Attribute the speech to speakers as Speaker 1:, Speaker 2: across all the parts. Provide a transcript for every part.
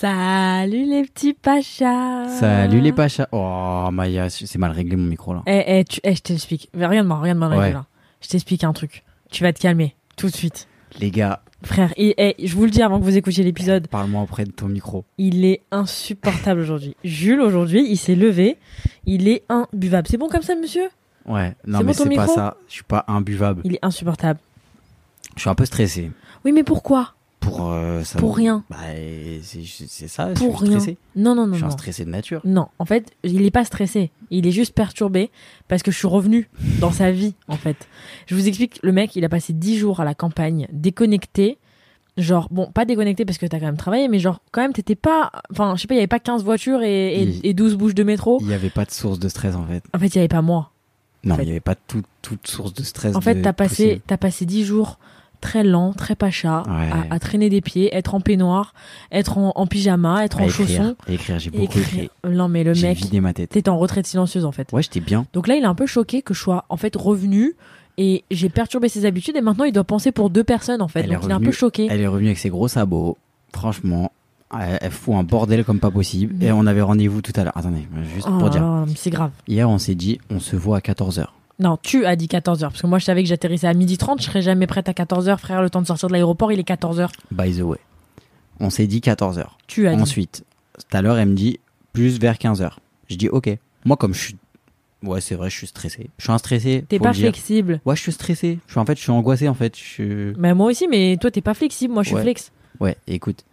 Speaker 1: Salut les petits pachas
Speaker 2: Salut les Pachas. Oh, Maya, c'est mal réglé mon micro là.
Speaker 1: Eh, eh, tu- eh, je t'explique. Mais Regarde-moi, regarde-moi, regarde-moi,
Speaker 2: Ouais.
Speaker 1: là. Je t'explique un truc. Tu vas te calmer, tout de suite.
Speaker 2: Les gars,
Speaker 1: Frère, et- eh, je vous le dis avant que vous écoutiez l'épisode,
Speaker 2: parle-moi auprès de ton micro.
Speaker 1: il est insupportable aujourd'hui. Jules, aujourd'hui, il s'est levé, il est imbuvable. C'est bon comme ça, monsieur
Speaker 2: Ouais, non
Speaker 1: C'est
Speaker 2: mais
Speaker 1: bon, ton
Speaker 2: c'est pas
Speaker 1: micro
Speaker 2: ça. Je suis pas imbuvable.
Speaker 1: Il est insupportable.
Speaker 2: Je suis un peu stressé.
Speaker 1: Oui, mais pourquoi
Speaker 2: Pour euh, ça.
Speaker 1: Pour rien.
Speaker 2: Bah, euh, c'est c'est ça.
Speaker 1: Pour
Speaker 2: je suis
Speaker 1: rien.
Speaker 2: stressé.
Speaker 1: Non, non, non,
Speaker 2: Je suis un
Speaker 1: non.
Speaker 2: stressé de nature.
Speaker 1: Non, en fait, il est pas stressé. Il est juste perturbé parce que je suis revenue dans sa vie, en fait. Je vous explique, le mec, il a passé 10 jours à la campagne, déconnecté. Genre, bon, pas déconnecté parce que t'as quand même travaillé, mais genre, quand même, t'étais pas. Enfin, je sais pas, il y avait pas 15 voitures et, et,
Speaker 2: Il-
Speaker 1: et 12 bouches de métro.
Speaker 2: Il n'y avait pas de source de stress en fait.
Speaker 1: En fait, il y avait pas moi.
Speaker 2: Non,
Speaker 1: fait-
Speaker 2: il n'y avait pas tout- toute source de stress.
Speaker 1: En fait,
Speaker 2: de-
Speaker 1: t'as passé,
Speaker 2: possible.
Speaker 1: t'as passé 10 jours très lent, très pacha,
Speaker 2: Ouais.
Speaker 1: à, à traîner des pieds, être en peignoir, être en, en pyjama, être
Speaker 2: À
Speaker 1: en
Speaker 2: écrire.
Speaker 1: chaussons.
Speaker 2: à écrire, j'ai
Speaker 1: et
Speaker 2: beaucoup
Speaker 1: écrire.
Speaker 2: écrit.
Speaker 1: Non, mais le
Speaker 2: J'ai
Speaker 1: mec,
Speaker 2: vidé ma tête.
Speaker 1: t'es en retraite silencieuse, en fait.
Speaker 2: Ouais, j'étais bien.
Speaker 1: Donc là, il est un peu choqué que je sois en fait revenu et j'ai perturbé ses habitudes et maintenant il doit penser pour deux personnes en fait.
Speaker 2: Elle est
Speaker 1: Donc il est un peu
Speaker 2: revenue.
Speaker 1: choqué.
Speaker 2: Elle est revenue avec ses gros sabots. Franchement, elle, elle fout un bordel comme pas possible. Et on avait rendez-vous tout à l'heure. Attendez, juste
Speaker 1: Mm. Oh
Speaker 2: pour
Speaker 1: là
Speaker 2: dire.
Speaker 1: là, mais c'est grave.
Speaker 2: Hier, on s'est dit, on se voit à 14h.
Speaker 1: Non, tu as dit 14h parce que moi je savais que j'atterrissais à 12h30, je serais jamais prête à 14h frère, le temps de sortir de l'aéroport, il est 14h.
Speaker 2: By the way. On s'est dit 14h.
Speaker 1: Tu as dit.
Speaker 2: Ensuite, tout à l'heure, elle me dit plus vers 15h. Je dis ok. Moi, comme je suis. Ouais, c'est vrai, je suis stressé. Je suis un stressé.
Speaker 1: T'es
Speaker 2: faut
Speaker 1: pas
Speaker 2: le dire.
Speaker 1: flexible. Mm.
Speaker 2: Ouais, je suis stressé. Je suis en fait, je suis angoissé en fait. Je... suis-
Speaker 1: Mais moi aussi, mais toi t'es pas flexible, moi je suis
Speaker 2: Ouais.
Speaker 1: flex.
Speaker 2: Ouais, écoute.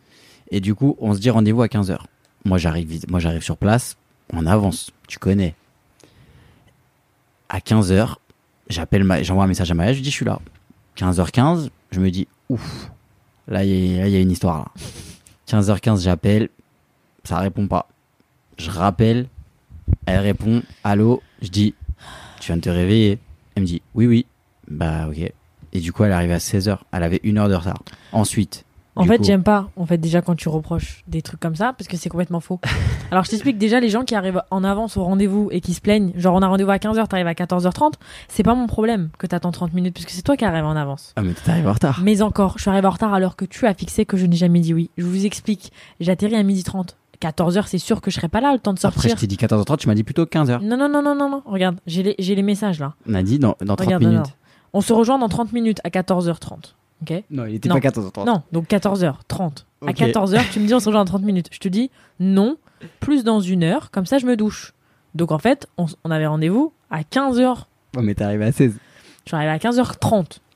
Speaker 2: Et du coup, on se dit rendez-vous à 15h. Moi, j'arrive vite. Moi, j'arrive sur place. On avance. Tu connais. À 15h, j'appelle ma... j'envoie un message à Maya. Je lui dis, je suis là. 15h15, je me dis, ouf. Là, il y, a- là, il y a une histoire. Là. 15h15, j'appelle. Ça répond pas. Je rappelle. Elle répond, allô. Je dis, tu viens de te réveiller. Elle me dit, oui, oui. Bah, ok. Et du coup, elle arrive à 16h. Elle avait une heure de retard. Ensuite.
Speaker 1: En
Speaker 2: du
Speaker 1: fait,
Speaker 2: coup-
Speaker 1: j'aime pas en fait déjà quand tu reproches des trucs comme ça parce que c'est complètement faux. Alors je t'explique déjà les gens qui arrivent en avance au rendez-vous et qui se plaignent, genre on a rendez-vous à 15h, t'arrives à 14h30, c'est pas mon problème que t'attends 30 minutes parce que c'est toi qui arrives en avance.
Speaker 2: Ah, mais t'arrives en retard.
Speaker 1: Mais encore, je suis arrivée en retard alors que tu as fixé que je n'ai jamais dit oui. Je vous explique, j'atterris à 12h30. 14h, c'est sûr que je serai pas là, le temps de
Speaker 2: Après, je
Speaker 1: sortir.
Speaker 2: t'ai dit 14h30, tu m'as dit plutôt 15h.
Speaker 1: non, non, non, non, non, non. Regarde, j'ai les, j'ai les messages là.
Speaker 2: On a dit dans, dans 30
Speaker 1: Regarde, non,
Speaker 2: minutes.
Speaker 1: On se rejoint dans 30 minutes à 14h30. Ok
Speaker 2: Non, il était
Speaker 1: Non.
Speaker 2: pas 14h30.
Speaker 1: Non, donc 14h30. À
Speaker 2: Ok.
Speaker 1: 14h, tu me dis on se rejoint dans 30 minutes. Je te dis non, plus dans une heure, comme ça je me douche. Donc en fait, on, s- on avait rendez-vous à 15h.
Speaker 2: Ouais, Oh, mais t'es arrivé à 16.
Speaker 1: Je suis arrivée à 15h30.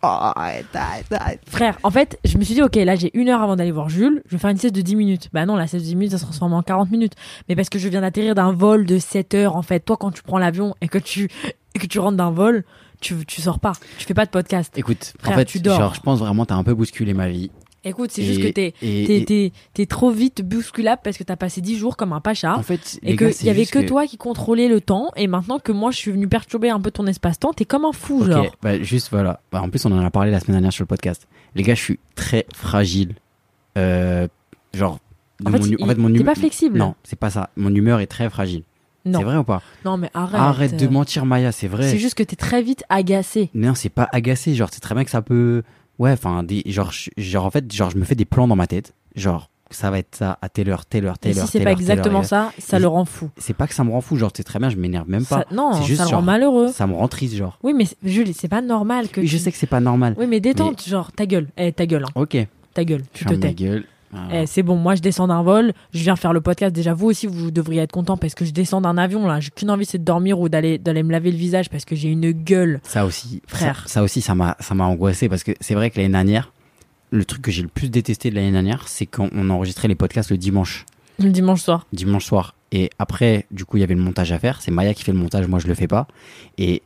Speaker 2: Oh, arrête, arrête, arrête.
Speaker 1: Frère, en fait, je me suis dit, ok, là j'ai une heure avant d'aller voir Jules, je vais faire une sieste de 10 minutes. Bah non, la sieste de 10 minutes, ça se transforme en 40 minutes. Mais parce que je viens d'atterrir d'un vol de 7 heures, en fait. Toi, quand tu prends l'avion et que tu, et que tu rentres d'un vol, tu, tu sors pas. Tu fais pas de podcast.
Speaker 2: Écoute,
Speaker 1: Frère,
Speaker 2: en fait,
Speaker 1: tu dors.
Speaker 2: genre, je pense vraiment t'as un peu bousculé ma vie.
Speaker 1: Écoute, c'est
Speaker 2: Et-
Speaker 1: juste que t'es,
Speaker 2: et-
Speaker 1: t'es,
Speaker 2: et-
Speaker 1: t'es, t'es trop vite bousculable parce que t'as passé 10 jours comme un pacha.
Speaker 2: En fait,
Speaker 1: et
Speaker 2: les
Speaker 1: que
Speaker 2: gars,
Speaker 1: il
Speaker 2: c'est
Speaker 1: y avait
Speaker 2: juste
Speaker 1: que, toi qui contrôlais le temps. Et maintenant que moi, je suis venu perturber un peu ton espace-temps, t'es comme un fou,
Speaker 2: Ok,
Speaker 1: genre.
Speaker 2: bah, juste voilà. Bah, en plus, on en a parlé la semaine dernière sur le podcast. Les gars, je suis très fragile. Euh, genre, de
Speaker 1: En fait,
Speaker 2: mon, hu-
Speaker 1: il- t'es
Speaker 2: hume-
Speaker 1: pas flexible.
Speaker 2: Non, c'est pas ça. Mon humeur est très fragile.
Speaker 1: Non.
Speaker 2: C'est vrai ou pas
Speaker 1: Non, mais arrête.
Speaker 2: Arrête de mentir, Maya, c'est vrai.
Speaker 1: C'est juste que t'es très vite agacé.
Speaker 2: Non, c'est pas agacé. Genre, c'est très bien que ça peut. Ouais, enfin, des... genre, je- genre, en fait, genre, je me fais des plans dans ma tête. Genre, ça va être ça à telle heure, telle heure,
Speaker 1: Et
Speaker 2: telle
Speaker 1: si
Speaker 2: heure.
Speaker 1: c'est
Speaker 2: telle
Speaker 1: pas
Speaker 2: heure, telle heure,
Speaker 1: exactement
Speaker 2: et-
Speaker 1: ça, ça
Speaker 2: Et-
Speaker 1: le rend fou.
Speaker 2: C'est pas que ça me rend fou, genre, c'est très bien, je m'énerve même pas.
Speaker 1: Ça- non,
Speaker 2: c'est juste
Speaker 1: ça le rend
Speaker 2: genre-
Speaker 1: malheureux.
Speaker 2: Ça me rend triste, genre.
Speaker 1: Oui, mais c'est- Julie, c'est pas normal que.
Speaker 2: Oui, je
Speaker 1: tu-
Speaker 2: sais que c'est pas normal.
Speaker 1: Oui, mais détente, genre ta gueule. Eh, ta gueule, hein.
Speaker 2: Ok,
Speaker 1: ta gueule. Tu te
Speaker 2: ferme ma
Speaker 1: tais.
Speaker 2: gueule. Ah, Voilà.
Speaker 1: Eh, c'est bon, moi je descends d'un vol, je viens faire le podcast. Déjà, vous aussi, vous devriez être content parce que je descends d'un avion là. J'ai qu'une envie, c'est de dormir ou d'aller d'aller me laver le visage parce que j'ai une gueule.
Speaker 2: Ça aussi,
Speaker 1: Frère.
Speaker 2: Ça, ça aussi, ça m'a, ça m'a angoissé parce que c'est vrai que l'année dernière, le truc que j'ai le plus détesté de l'année dernière, c'est quand on enregistrait les podcasts le dimanche.
Speaker 1: Le dimanche soir.
Speaker 2: dimanche soir. Et après, du coup, il y avait le montage à faire. C'est Maya qui fait le montage, moi je le fais pas. Et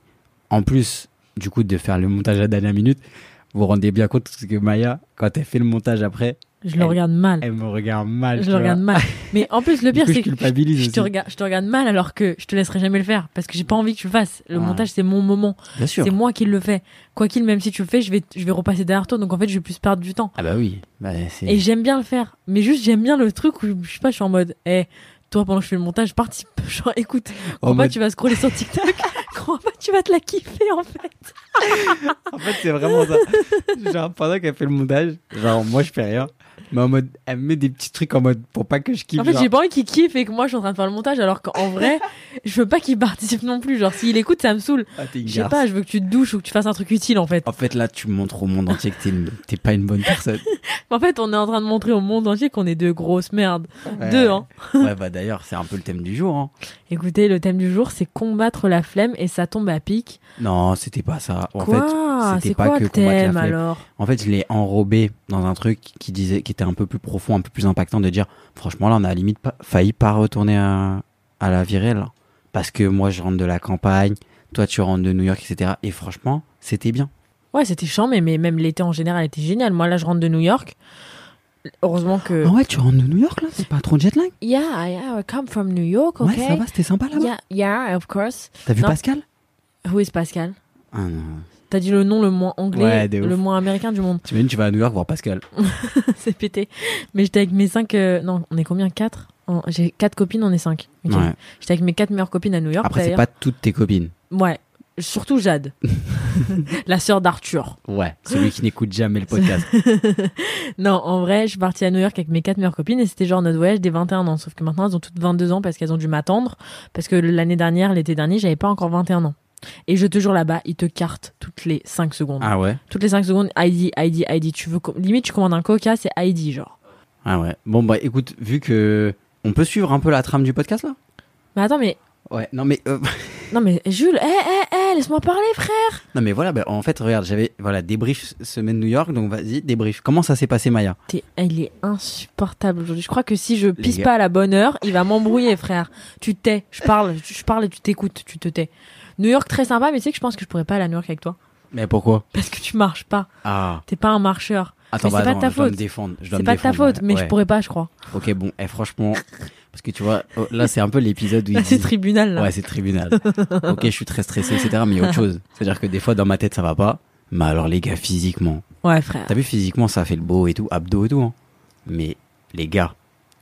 Speaker 2: en plus, du coup, de faire le montage à la dernière minute, vous vous rendez bien compte parce que Maya, quand elle fait le montage après,
Speaker 1: Je le
Speaker 2: Elle-
Speaker 1: regarde mal.
Speaker 2: elle me regarde mal.
Speaker 1: Je
Speaker 2: Eh, tu
Speaker 1: le
Speaker 2: vois.
Speaker 1: regarde mal. Mais en plus, le
Speaker 2: Du
Speaker 1: pire,
Speaker 2: coup, je
Speaker 1: c'est que
Speaker 2: culpabilise
Speaker 1: je te,
Speaker 2: aussi.
Speaker 1: regarde, je te regarde mal alors que je te laisserai jamais le faire parce que j'ai pas envie que tu le fasses. Le
Speaker 2: Ouais.
Speaker 1: montage, c'est mon moment.
Speaker 2: Bien sûr.
Speaker 1: C'est moi qui le fais. Quoi qu'il, même si tu le fais, je vais, je vais repasser derrière toi. Donc en fait, je vais plus perdre du temps.
Speaker 2: Ah bah oui. Bah, c'est-
Speaker 1: Et j'aime bien le faire. Mais juste, j'aime bien le truc où je sais pas, je suis en mode, eh, toi, pendant que je fais le montage, participe. Genre, écoute, crois pas
Speaker 2: mode-
Speaker 1: tu vas scroller sur TikTok. crois pas tu vas te la kiffer, en fait.
Speaker 2: En fait, c'est vraiment ça. Genre, pendant qu'elle fait le montage, genre, moi, je fais rien. Mais en mode, elle me met des petits trucs en mode pour pas que je kiffe.
Speaker 1: En fait,
Speaker 2: genre.
Speaker 1: j'ai pas envie qu'il kiffe et que moi, je suis en train de faire le montage alors qu'en vrai, je veux pas qu'il participe non plus. Genre, s'il écoute, ça me saoule.
Speaker 2: Ah, t'es une
Speaker 1: Je sais
Speaker 2: garce.
Speaker 1: pas, je veux que tu te douches ou que tu fasses un truc utile, en fait.
Speaker 2: En fait, là, tu montres au monde entier que t'es, une- t'es pas une bonne personne.
Speaker 1: En fait, on est en train de montrer au monde entier qu'on est deux grosses merdes. Deux, hein.
Speaker 2: Ouais, bah d'ailleurs, c'est un peu le thème du jour. Hein.
Speaker 1: Écoutez, le thème du jour, c'est combattre la flemme et ça tombe à pic.
Speaker 2: Non, c'était pas ça. En
Speaker 1: quoi
Speaker 2: fait,
Speaker 1: C'est
Speaker 2: c'était pas
Speaker 1: quoi
Speaker 2: que
Speaker 1: le
Speaker 2: combattre la
Speaker 1: thème,
Speaker 2: flemme.
Speaker 1: alors
Speaker 2: En fait, je l'ai enrobé dans un truc qui disait, qui était un peu plus profond, un peu plus impactant, de dire, franchement, là, on a à la limite pas- failli pas retourner à, à la virée, là. Parce que moi, je rentre de la campagne, toi, tu rentres de New York, etc. Et franchement, c'était bien.
Speaker 1: Ouais, c'était chiant, mais, mais même l'été en général était génial. Moi, là, je rentre de New York. Heureusement que.
Speaker 2: Ah ouais, tu rentres de New York, là C'est pas trop de jet lag
Speaker 1: Yeah, yeah, I come from New York, ok.
Speaker 2: Ouais, ça va, c'était sympa, là-bas.
Speaker 1: Yeah, yeah, of course.
Speaker 2: T'as vu
Speaker 1: Non.
Speaker 2: Pascal
Speaker 1: Who is Pascal
Speaker 2: Ah non.
Speaker 1: T'as dit le nom le moins anglais,
Speaker 2: Ouais, de ouf.
Speaker 1: le moins américain du monde.
Speaker 2: Tu imagines, tu vas à New York voir Pascal.
Speaker 1: C'est pété. Mais j'étais avec mes cinq. euh, Non, on est combien Quatre On- J'ai quatre copines, on est cinq. Ok.
Speaker 2: Ouais.
Speaker 1: J'étais avec mes quatre meilleures copines à New York.
Speaker 2: Après, c'est
Speaker 1: d'ailleurs.
Speaker 2: pas toutes tes copines.
Speaker 1: Ouais. Surtout Jade, la sœur d'Arthur.
Speaker 2: Ouais, celui qui n'écoute jamais le podcast.
Speaker 1: Non, en vrai, je suis partie à New York avec mes quatre meilleures copines et c'était genre notre voyage des 21 ans. Sauf que maintenant, elles ont toutes 22 ans parce qu'elles ont dû m'attendre. Parce que l'année dernière, l'été dernier, j'avais pas encore 21 ans. Et je te jure là-bas, ils te cartent toutes les 5 secondes.
Speaker 2: Ah ouais
Speaker 1: Toutes les 5 secondes, Heidi, Heidi, Heidi. Tu veux, com- limite, tu commandes un coca, c'est Heidi, genre.
Speaker 2: Ah ouais. Bon, bah écoute, vu que. On peut suivre un peu la trame du podcast, là
Speaker 1: Mais attends, mais.
Speaker 2: Ouais, non mais euh,
Speaker 1: Non, mais Jules, hé, hé, hé, laisse-moi parler, frère.
Speaker 2: non mais voilà, bah, en fait regarde, j'avais voilà débrief semaine New York, donc vas-y débrief. Comment ça s'est passé Maya
Speaker 1: T'es- il est insupportable aujourd'hui. Je crois que si je pisse
Speaker 2: gars.
Speaker 1: pas à la bonne heure, il va m'embrouiller, frère. Tu te tais, je parle, je je parle et tu t'écoutes, tu te tais. New York très sympa, mais tu sais que je pense que je pourrais pas aller à New York avec toi.
Speaker 2: Mais pourquoi
Speaker 1: Parce que tu marches pas.
Speaker 2: Ah,
Speaker 1: T'es pas un marcheur.
Speaker 2: attends,
Speaker 1: mais
Speaker 2: bah,
Speaker 1: c'est pas de
Speaker 2: attends,
Speaker 1: ta
Speaker 2: je dois me
Speaker 1: faute.
Speaker 2: défendre. je dois
Speaker 1: C'est
Speaker 2: me
Speaker 1: pas de ta
Speaker 2: défendre,
Speaker 1: faute,
Speaker 2: ouais.
Speaker 1: mais je
Speaker 2: Ouais.
Speaker 1: pourrais pas, je crois.
Speaker 2: OK, bon, et franchement parce que tu vois, oh, là c'est un peu l'épisode où il
Speaker 1: Là, c'est
Speaker 2: dit
Speaker 1: tribunal, là.
Speaker 2: Ouais, c'est tribunal. ok, je suis très stressé, etc. Mais il y a autre chose. C'est-à-dire que des fois, dans ma tête, ça va pas. Mais alors, les gars, physiquement.
Speaker 1: Ouais, frère.
Speaker 2: T'as vu, physiquement, ça fait le beau et tout, abdos et tout. hein. Mais les gars,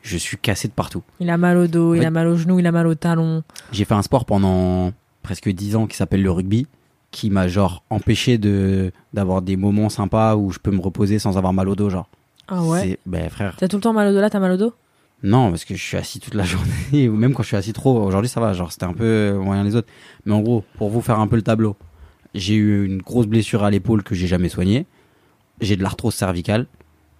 Speaker 2: je suis cassé de partout.
Speaker 1: Il a mal au dos, il
Speaker 2: Ouais.
Speaker 1: a mal au genou, il a mal au talon.
Speaker 2: J'ai fait un sport pendant presque 10 ans qui s'appelle le rugby, qui m'a genre empêché de d'avoir des moments sympas où je peux me reposer sans avoir mal au dos, genre.
Speaker 1: Ah ouais.
Speaker 2: C'est- Ben frère,
Speaker 1: T'as tout le temps mal au dos là, t'as mal au dos
Speaker 2: non, parce que je suis assis toute la journée, ou même quand je suis assis trop, aujourd'hui ça va, genre c'était un peu euh, moyen les autres. Mais en gros, pour vous faire un peu le tableau, j'ai eu une grosse blessure à l'épaule que j'ai jamais soignée, j'ai de l'arthrose cervicale,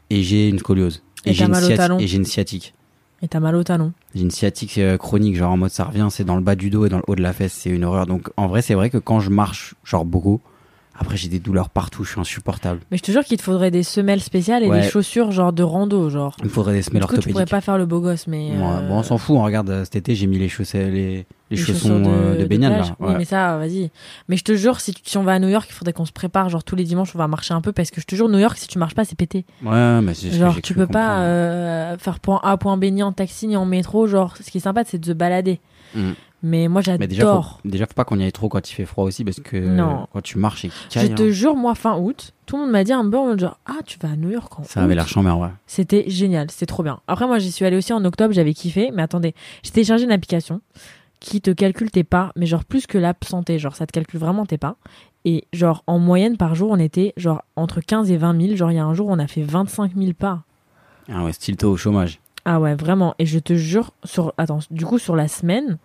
Speaker 2: et j'ai une scoliose.
Speaker 1: Et
Speaker 2: j'ai
Speaker 1: t'as
Speaker 2: une,
Speaker 1: mal au
Speaker 2: sciati-
Speaker 1: talon.
Speaker 2: et j'ai une sciatique.
Speaker 1: Et t'as mal au talon.
Speaker 2: J'ai une sciatique euh, chronique, genre en mode ça revient, c'est dans le bas du dos et dans le haut de la fesse, c'est une horreur. Donc en vrai, c'est vrai que quand je marche, genre beaucoup, après j'ai des douleurs partout, je suis insupportable.
Speaker 1: Mais je te jure qu'il te faudrait des semelles spéciales et
Speaker 2: Ouais.
Speaker 1: des chaussures genre de rando, genre.
Speaker 2: Il me faudrait des semelles
Speaker 1: Du coup, tu pourrais
Speaker 2: orthopédiques.
Speaker 1: pas faire le beau gosse, mais.
Speaker 2: Ouais,
Speaker 1: euh,
Speaker 2: bon, on s'en fout, hein, regarde, euh, cet été j'ai mis les, chaussées, les, les,
Speaker 1: les
Speaker 2: chaussons euh, de, baignade
Speaker 1: plage.
Speaker 2: là.
Speaker 1: Oui,
Speaker 2: Ouais.
Speaker 1: mais ça, vas-y. Mais je te jure, si, tu- si on va à New York, il faudrait qu'on se prépare. Genre tous les dimanches, on va marcher un peu parce que je te jure, New York, si tu marches pas, c'est pété.
Speaker 2: Ouais, mais c'est ce que
Speaker 1: Genre,
Speaker 2: j'ai
Speaker 1: tu
Speaker 2: cru
Speaker 1: peux pas
Speaker 2: comprendre.
Speaker 1: euh, faire point A, point B, ni en taxi, ni en métro. Genre, ce qui est sympa, c'est de se balader.
Speaker 2: Mm.
Speaker 1: Mais moi,
Speaker 2: Mais déjà, faut,
Speaker 1: j'adore.
Speaker 2: déjà, faut pas qu'on y aille trop quand il fait froid aussi, parce que
Speaker 1: Non.
Speaker 2: quand tu marches et qu'il
Speaker 1: Je
Speaker 2: caille,
Speaker 1: te
Speaker 2: hein,
Speaker 1: jure, moi, fin août, tout le monde m'a dit un peu en mode genre, ah, tu vas à New York en
Speaker 2: ça avait
Speaker 1: août.
Speaker 2: l'air chambé en vrai.
Speaker 1: C'était génial, c'était trop bien. Après, moi, j'y suis allée aussi en octobre, j'avais kiffé. Mais attendez, j'ai téléchargé une application qui te calcule tes pas, mais genre plus que l'app santé, genre ça te calcule vraiment tes pas. Et genre, en moyenne, par jour, on était genre entre 15 et 20 000. Genre, il y a un jour, on a fait 25 000 pas.
Speaker 2: Ah ouais, style tôt au chômage.
Speaker 1: Ah ouais, vraiment. Et je te jure, sur... Attends, du coup, sur la semaine,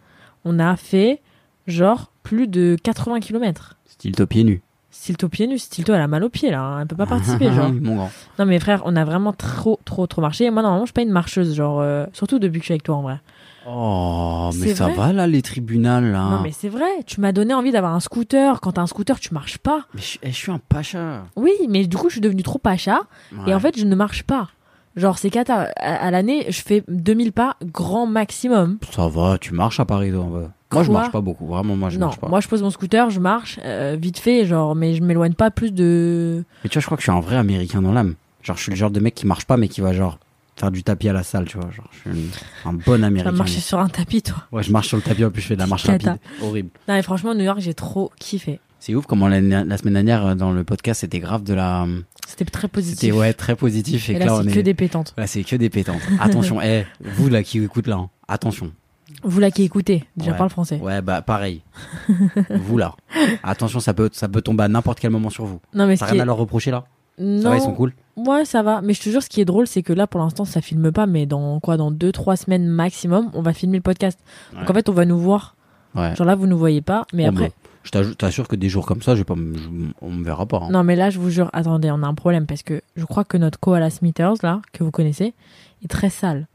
Speaker 1: on a fait genre plus de 80 km.
Speaker 2: Style tôt pieds nus.
Speaker 1: Stilto pieds nus, Stilto, elle a mal aux pieds là, hein. elle peut pas participer, genre.
Speaker 2: Mon grand.
Speaker 1: Non mais frère, on a vraiment trop trop trop marché. Et moi normalement je suis pas une marcheuse, genre euh, surtout depuis que je suis avec toi en vrai.
Speaker 2: Oh, mais
Speaker 1: C'est
Speaker 2: ça
Speaker 1: vrai.
Speaker 2: va là, les tribunaux là.
Speaker 1: Non mais c'est vrai, tu m'as donné envie d'avoir un scooter. Quand t'as un scooter, tu marches pas.
Speaker 2: Mais je, eh, je suis un pacha.
Speaker 1: Oui, mais du coup je suis devenue trop pacha et en fait je ne marche pas. Genre, c'est cata. À, à l'année, je fais 2000 pas grand maximum.
Speaker 2: Ça va, tu marches à Paris, toi. un peu. Moi, je
Speaker 1: Quoi
Speaker 2: marche pas beaucoup. Vraiment, moi, je
Speaker 1: non,
Speaker 2: marche pas.
Speaker 1: moi je pose mon scooter, je marche, euh, vite fait, genre, mais je m'éloigne pas plus de.
Speaker 2: Mais tu vois, je crois que je suis un vrai américain dans l'âme. Genre, je suis le genre de mec qui marche pas, mais qui va, genre, faire du tapis à la salle, tu vois. Genre, je suis un bon
Speaker 1: Tu vas
Speaker 2: américain.
Speaker 1: marcher sur un tapis, toi.
Speaker 2: Ouais, je marche sur le tapis, en plus, je fais de la marche
Speaker 1: Cata.
Speaker 2: rapide. Horrible.
Speaker 1: Non, mais franchement, New York, j'ai trop kiffé.
Speaker 2: C'est ouf comment la, la semaine dernière, euh, dans le podcast, c'était grave de la.
Speaker 1: C'était très
Speaker 2: C'était
Speaker 1: positif.
Speaker 2: ouais, très positif. Et,
Speaker 1: Et
Speaker 2: que là,
Speaker 1: là,
Speaker 2: on
Speaker 1: c'est
Speaker 2: est.
Speaker 1: que des pétantes.
Speaker 2: Là, c'est que des pétantes. attention, eh, vous là qui écoutez là, hein, attention.
Speaker 1: Vous là qui écoutez, déjà
Speaker 2: Ouais.
Speaker 1: parle français.
Speaker 2: Ouais, bah pareil. vous là, attention, ça peut, ça peut tomber à n'importe quel moment sur vous.
Speaker 1: Non, mais
Speaker 2: T'as
Speaker 1: ce qui
Speaker 2: rien
Speaker 1: est...
Speaker 2: à leur reprocher là
Speaker 1: non,
Speaker 2: Ça va, ils sont cool
Speaker 1: ouais, ça va. Mais je te jure, ce qui est drôle, c'est que là, pour l'instant, ça filme pas, mais dans quoi, dans deux, trois semaines maximum, on va filmer le podcast. Donc
Speaker 2: Ouais.
Speaker 1: en fait, on va nous voir.
Speaker 2: Ouais.
Speaker 1: Genre là, vous nous voyez pas, mais
Speaker 2: Bon,
Speaker 1: après.
Speaker 2: mais Oh, bah, je t'ajou- t'assure que des jours comme ça, je vais pas, me- je- on me verra pas. hein.
Speaker 1: Non, mais là, je vous jure, attendez, on a un problème parce que je crois que notre koala Smithers, là, que vous connaissez, est très sale.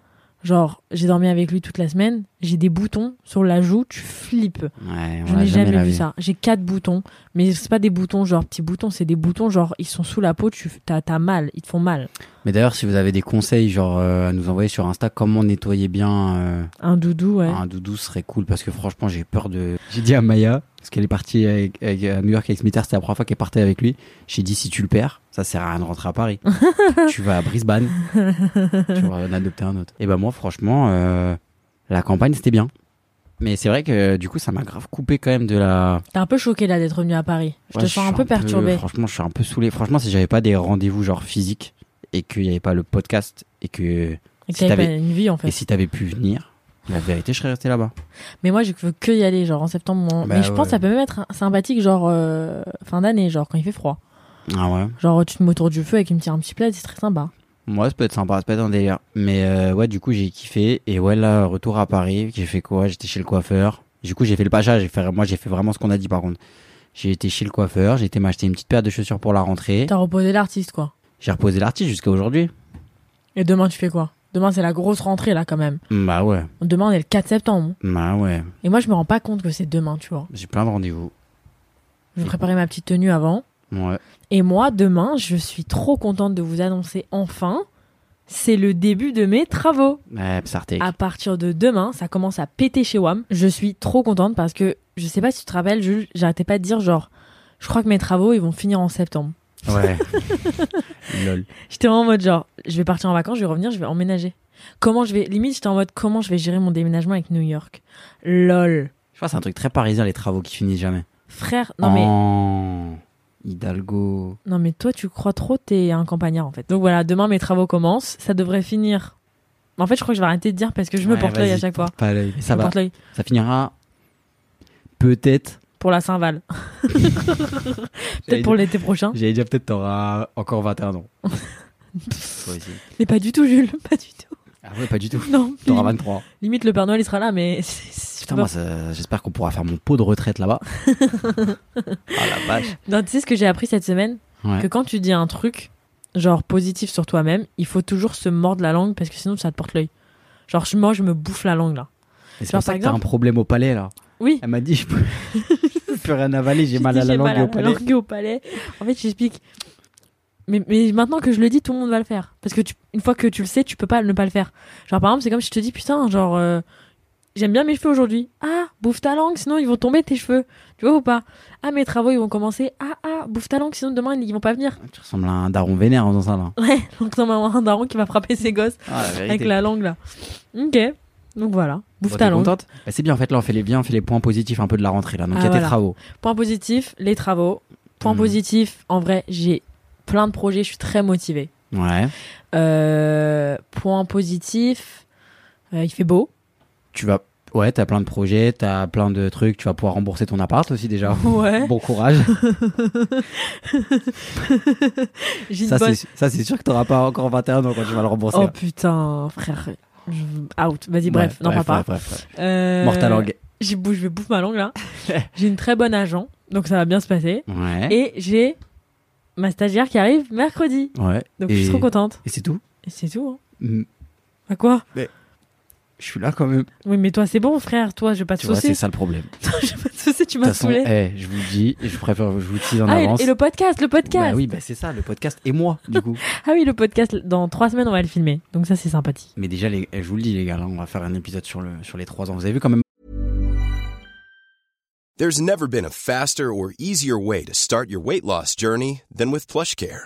Speaker 1: Genre, j'ai dormi avec lui toute la semaine, j'ai des boutons sur la joue, tu flippes.
Speaker 2: Ouais, on
Speaker 1: Je
Speaker 2: l'a
Speaker 1: n'ai jamais,
Speaker 2: la
Speaker 1: vu
Speaker 2: vie.
Speaker 1: ça. J'ai quatre boutons, mais c'est pas des boutons genre petits boutons, c'est des boutons genre ils sont sous la peau, tu t'as t'as mal, ils te font mal.
Speaker 2: Mais d'ailleurs, si vous avez des conseils, genre euh, à nous envoyer sur Insta, comment nettoyer bien euh,
Speaker 1: Un doudou, ouais.
Speaker 2: un doudou serait cool parce que franchement, j'ai peur de. J'ai dit à Maya parce qu'elle est partie avec- avec- à New York avec Smithers, c'était la première fois qu'elle partait avec lui. J'ai dit si tu le perds, ça sert à rien de rentrer à Paris. tu vas à Brisbane, tu vas en adopter un autre. Et ben moi, franchement, euh, la campagne c'était bien. Mais c'est vrai que du coup, ça m'a grave coupé quand même de la.
Speaker 1: T'es un peu choqué là d'être venu à Paris. Je
Speaker 2: Ouais,
Speaker 1: te sens un
Speaker 2: suis
Speaker 1: peu perturbé.
Speaker 2: franchement, je suis un peu saoulé. Franchement, si j'avais pas des rendez-vous genre physiques et qu'il n'y avait pas le podcast et que
Speaker 1: Et que
Speaker 2: si
Speaker 1: t'avais pas
Speaker 2: t'avais-
Speaker 1: une vie en fait.
Speaker 2: et si t'avais pu venir, la vérité, je serais resté là-bas.
Speaker 1: Mais moi je veux que y aller genre en septembre. mon-
Speaker 2: Bah,
Speaker 1: mais je pense
Speaker 2: ouais.
Speaker 1: que ça peut même être sympathique genre euh, fin d'année genre quand il fait froid.
Speaker 2: Ah ouais.
Speaker 1: Genre tu te mets autour du feu avec une petite un petit plaid, c'est très sympa.
Speaker 2: Moi, ça peut être sympa, ça peut être un délire. Mais euh, ouais, du coup, j'ai kiffé. Et ouais, là, retour à Paris, j'ai fait quoi J'étais chez le coiffeur. Du coup, j'ai fait le pacha. J'ai fait, moi, j'ai fait vraiment ce qu'on a dit par contre. J'ai été chez le coiffeur, j'ai été m'acheter une petite paire de chaussures pour la rentrée.
Speaker 1: T'as reposé l'artiste quoi.
Speaker 2: J'ai reposé l'artiste jusqu'à aujourd'hui.
Speaker 1: Et demain tu fais quoi Demain c'est la grosse rentrée là quand même.
Speaker 2: Bah ouais,
Speaker 1: Demain on est le 4 septembre.
Speaker 2: bah ouais.
Speaker 1: Et moi je me rends pas compte que c'est demain tu vois.
Speaker 2: J'ai plein de rendez-vous.
Speaker 1: Je vais préparer ma petite tenue avant.
Speaker 2: Ouais.
Speaker 1: Et moi, demain, je suis trop contente de vous annoncer enfin, c'est le début de mes travaux.
Speaker 2: Ouais, Psartek.
Speaker 1: À partir de demain, ça commence à péter chez WAM. Je suis trop contente parce que, je sais pas si tu te rappelles, Jules, j'arrêtais pas de dire genre, je crois que mes travaux, ils vont finir en septembre.
Speaker 2: Ouais. Lol.
Speaker 1: J'étais en mode genre, je vais partir en vacances, je vais revenir, je vais emménager. Comment je vais, limite, j'étais en mode comment je vais gérer mon déménagement avec New York. Lol.
Speaker 2: Je crois que c'est un truc très parisien, les travaux qui finissent jamais.
Speaker 1: Frère, non mais,
Speaker 2: Oh, Hidalgo.
Speaker 1: non mais toi, tu crois trop, t'es un campagnard en fait. Donc voilà, demain, mes travaux commencent, ça devrait finir. En fait, je crois que je vais arrêter de dire parce que je me
Speaker 2: Ouais,
Speaker 1: porte l'œil à
Speaker 2: vas-y,
Speaker 1: chaque fois.
Speaker 2: porte pas l'œil. Ça
Speaker 1: Je
Speaker 2: va.
Speaker 1: porte l'œil
Speaker 2: Ça finira peut-être.
Speaker 1: pour la Saint-Val. Peut-être pour l'été prochain.
Speaker 2: J'allais dire peut-être t'auras encore 21 ans. Toi aussi.
Speaker 1: Mais pas du tout, Jules. Pas du tout.
Speaker 2: Ah ouais, pas du tout.
Speaker 1: Non.
Speaker 2: T'auras
Speaker 1: lim-
Speaker 2: 23.
Speaker 1: Limite, le Père Noël, il sera là, mais. c'est- c'est
Speaker 2: Putain,
Speaker 1: pas-
Speaker 2: moi, ça- j'espère qu'on pourra faire mon pot de retraite là-bas. ah la vache.
Speaker 1: Non, tu sais ce que j'ai appris cette semaine
Speaker 2: Ouais.
Speaker 1: Que quand tu dis un truc, genre positif sur toi-même, il faut toujours se mordre la langue parce que sinon, ça te porte l'œil. Genre, je- moi, je me bouffe la langue, là.
Speaker 2: Et
Speaker 1: Genre,
Speaker 2: C'est pour ça
Speaker 1: par
Speaker 2: que t'as un
Speaker 1: exemple-
Speaker 2: problème au palais là.
Speaker 1: Oui.
Speaker 2: Elle m'a dit, je peux, je peux rien avaler, Ah, j'ai mal à la
Speaker 1: J'ai
Speaker 2: langue et au
Speaker 1: la
Speaker 2: palais.
Speaker 1: langue et au palais. En fait, j'explique. Mais, mais maintenant que je le dis, tout le monde va le faire. Parce que tu- une fois que tu le sais, tu peux pas ne pas le faire. Genre, par exemple, c'est comme si je te dis, putain, genre, euh, j'aime bien mes cheveux aujourd'hui. Ah, bouffe ta langue, sinon ils vont tomber tes cheveux. Tu vois ou pas Ah, mes travaux, ils vont commencer. Ah, ah, bouffe ta langue, sinon demain, ils vont pas venir.
Speaker 2: Tu ressembles à un daron vénère en faisant ça là.
Speaker 1: Ouais, donc ça m'a un daron qui va frapper ses gosses
Speaker 2: Ah, la
Speaker 1: avec la langue, là. Ok. Donc voilà, bouffe
Speaker 2: Bon,
Speaker 1: ta
Speaker 2: t'es
Speaker 1: langue.
Speaker 2: contente Bah, c'est bien en fait là on fait les bien on fait les points positifs un peu de la rentrée là donc il
Speaker 1: Ah,
Speaker 2: y a tes
Speaker 1: voilà.
Speaker 2: travaux
Speaker 1: Point positif, les travaux. Point
Speaker 2: Hmm.
Speaker 1: positif, en vrai, j'ai plein de projets, je suis très motivée.
Speaker 2: ouais
Speaker 1: Euh, point positif, euh, il fait beau.
Speaker 2: tu vas ouais t'as plein de projets t'as plein de trucs tu vas pouvoir rembourser ton appart aussi déjà
Speaker 1: Ouais.
Speaker 2: bon courage
Speaker 1: J'ai une
Speaker 2: ça
Speaker 1: bonne...
Speaker 2: c'est ça c'est sûr que t'auras pas encore 21 ans quand tu vas le rembourser
Speaker 1: Oh
Speaker 2: là.
Speaker 1: putain, frère. Je- Out. Vas-y, bref,
Speaker 2: Ouais,
Speaker 1: non, pas
Speaker 2: bref,
Speaker 1: papa.
Speaker 2: bref, bref.
Speaker 1: Euh,
Speaker 2: Mort à langue
Speaker 1: J'ai bou- je vais bouffer ma langue là. j'ai une très bonne agent, donc ça va bien se passer.
Speaker 2: ouais
Speaker 1: Et j'ai ma stagiaire qui arrive mercredi.
Speaker 2: ouais
Speaker 1: Donc
Speaker 2: et...
Speaker 1: je suis trop contente.
Speaker 2: et c'est tout
Speaker 1: Et c'est tout. Hein.
Speaker 2: Mm,
Speaker 1: Bah quoi
Speaker 2: je suis là quand même
Speaker 1: Oui, mais toi c'est bon, frère. Toi, je vais pas te
Speaker 2: tu vois c'est
Speaker 1: saucer.
Speaker 2: ça le problème
Speaker 1: je vais pas te saucer, tu
Speaker 2: De
Speaker 1: m'as
Speaker 2: toute façon,
Speaker 1: saoulé.
Speaker 2: eh, je vous le dis, je préfère, je vous le tease en
Speaker 1: Ah, et,
Speaker 2: avance.
Speaker 1: et le podcast, le podcast.
Speaker 2: Bah oui, bah c'est ça, le podcast et moi, du coup.
Speaker 1: Ah oui, le podcast, dans trois semaines, on va le filmer. Donc ça, c'est sympathique.
Speaker 2: Mais déjà, les, eh, je vous le dis, les gars, là, on va faire un épisode sur, le, sur les trois ans. Vous avez vu quand même
Speaker 3: There's never been a faster or easier way to start your weight loss journey than with PlushCare.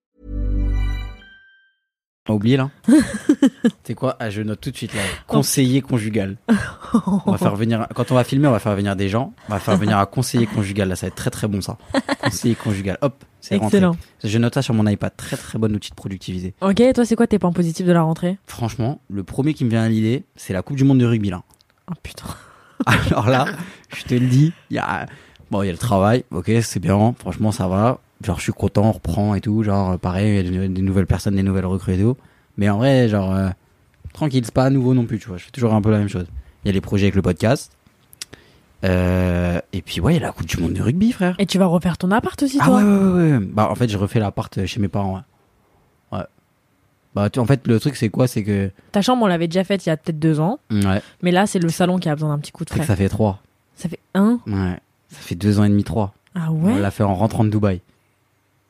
Speaker 2: On a oublié là. c'est quoi Ah, Je note tout de suite là. Conseiller conjugal. On va faire venir quand on va filmer, on va faire venir des gens. On va faire venir un conseiller conjugal. Là, ça va être très très bon ça. Conseiller conjugal. Hop, c'est rentré.
Speaker 1: Excellent.
Speaker 2: Je note ça sur mon iPad. Très très bon outil de productiviser.
Speaker 1: Ok, et toi, c'est quoi tes points positifs de la rentrée
Speaker 2: Franchement, le premier qui me vient à l'idée, c'est la Coupe du Monde de rugby là.
Speaker 1: Ah putain.
Speaker 2: Alors là, je te le dis, il y a bon, il y a le travail. Ok, c'est bien. Franchement, ça va. Genre, je suis content, on reprend et tout. Genre, pareil, il y a des des nouvelles personnes, des nouvelles recrues et tout. Mais en vrai, genre, euh, tranquille, c'est pas nouveau non plus, tu vois. Je fais toujours un peu la même chose. Il y a les projets avec le podcast. Euh, et puis, ouais, il y a la Coupe du Monde de rugby, frère.
Speaker 1: Et tu vas refaire ton appart aussi,
Speaker 2: Ah
Speaker 1: toi
Speaker 2: ouais, ouais, ouais, ouais. Bah, en fait, je refais l'appart chez mes parents. Ouais. Ouais. Bah, tu, en fait, le truc, c'est quoi C'est que.
Speaker 1: Ta chambre, on l'avait déjà faite il y a peut-être deux ans.
Speaker 2: Ouais.
Speaker 1: Mais là, c'est le salon qui a besoin d'un petit coup de
Speaker 2: C'est que
Speaker 1: frais.
Speaker 2: ça fait trois.
Speaker 1: Ça fait un
Speaker 2: Ouais. Ça fait deux ans et demi, trois.
Speaker 1: Ah
Speaker 2: On
Speaker 1: ouais
Speaker 2: l'a fait en rentrant de Dubaï.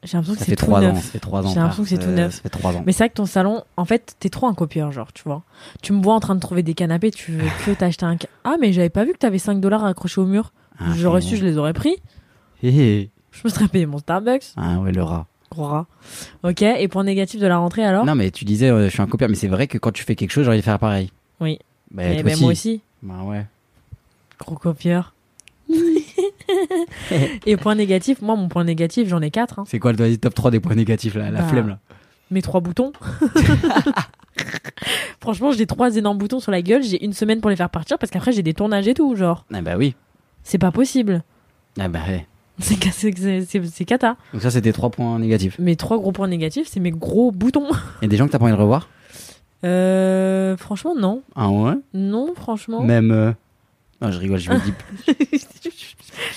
Speaker 1: J'ai l'impression que
Speaker 2: Ça
Speaker 1: c'est
Speaker 2: fait
Speaker 1: tout
Speaker 2: 3 ans,
Speaker 1: neuf.
Speaker 2: ça fait 3 ans.
Speaker 1: J'ai l'impression
Speaker 2: frère.
Speaker 1: que c'est tout
Speaker 2: Ça-
Speaker 1: neuf.
Speaker 2: Ça fait 3 ans.
Speaker 1: Mais c'est vrai que ton salon, en fait, t'es trop un copieur, genre, tu vois. Tu me vois en train de trouver des canapés, tu veux que t'achètes un. ca- Ah, mais j'avais pas vu que t'avais 5 dollars accrochés au mur.
Speaker 2: Ah,
Speaker 1: J'aurais
Speaker 2: c'est
Speaker 1: su,
Speaker 2: bon.
Speaker 1: je les aurais pris.
Speaker 2: Hé, hé.
Speaker 1: Je me serais payé mon Starbucks.
Speaker 2: Ah ouais, le rat.
Speaker 1: Gros rat. Ok, et point négatif de la rentrée alors
Speaker 2: Non, mais tu disais, euh, je suis un copieur, mais c'est vrai que quand tu fais quelque chose, j'ai envie de faire pareil.
Speaker 1: Oui.
Speaker 2: Bah,
Speaker 1: Eh
Speaker 2: toi
Speaker 1: ben, moi aussi,
Speaker 2: Bah ouais.
Speaker 1: gros copieur. et point négatif, moi, mon point négatif, j'en ai 4.
Speaker 2: C'est quoi le vas-y, top 3 des points négatifs, là, la
Speaker 1: Bah.
Speaker 2: flemme, là
Speaker 1: mes trois boutons. Franchement, j'ai trois énormes boutons sur la gueule. J'ai une semaine pour les faire partir parce qu'après, j'ai des tournages et tout. Genre,
Speaker 2: Ah bah oui.
Speaker 1: c'est pas possible.
Speaker 2: Ah bah ouais.
Speaker 1: C'est ca- c'est- c'est- c'est- c'est cata.
Speaker 2: Donc ça, c'était 3 points négatifs.
Speaker 1: Mes trois gros points négatifs, c'est mes gros boutons.
Speaker 2: Et des gens que t'as pas envie de revoir
Speaker 1: Euh, franchement, non.
Speaker 2: Ah ouais
Speaker 1: Non, franchement.
Speaker 2: Même. euh, Non, je rigole, je me dis.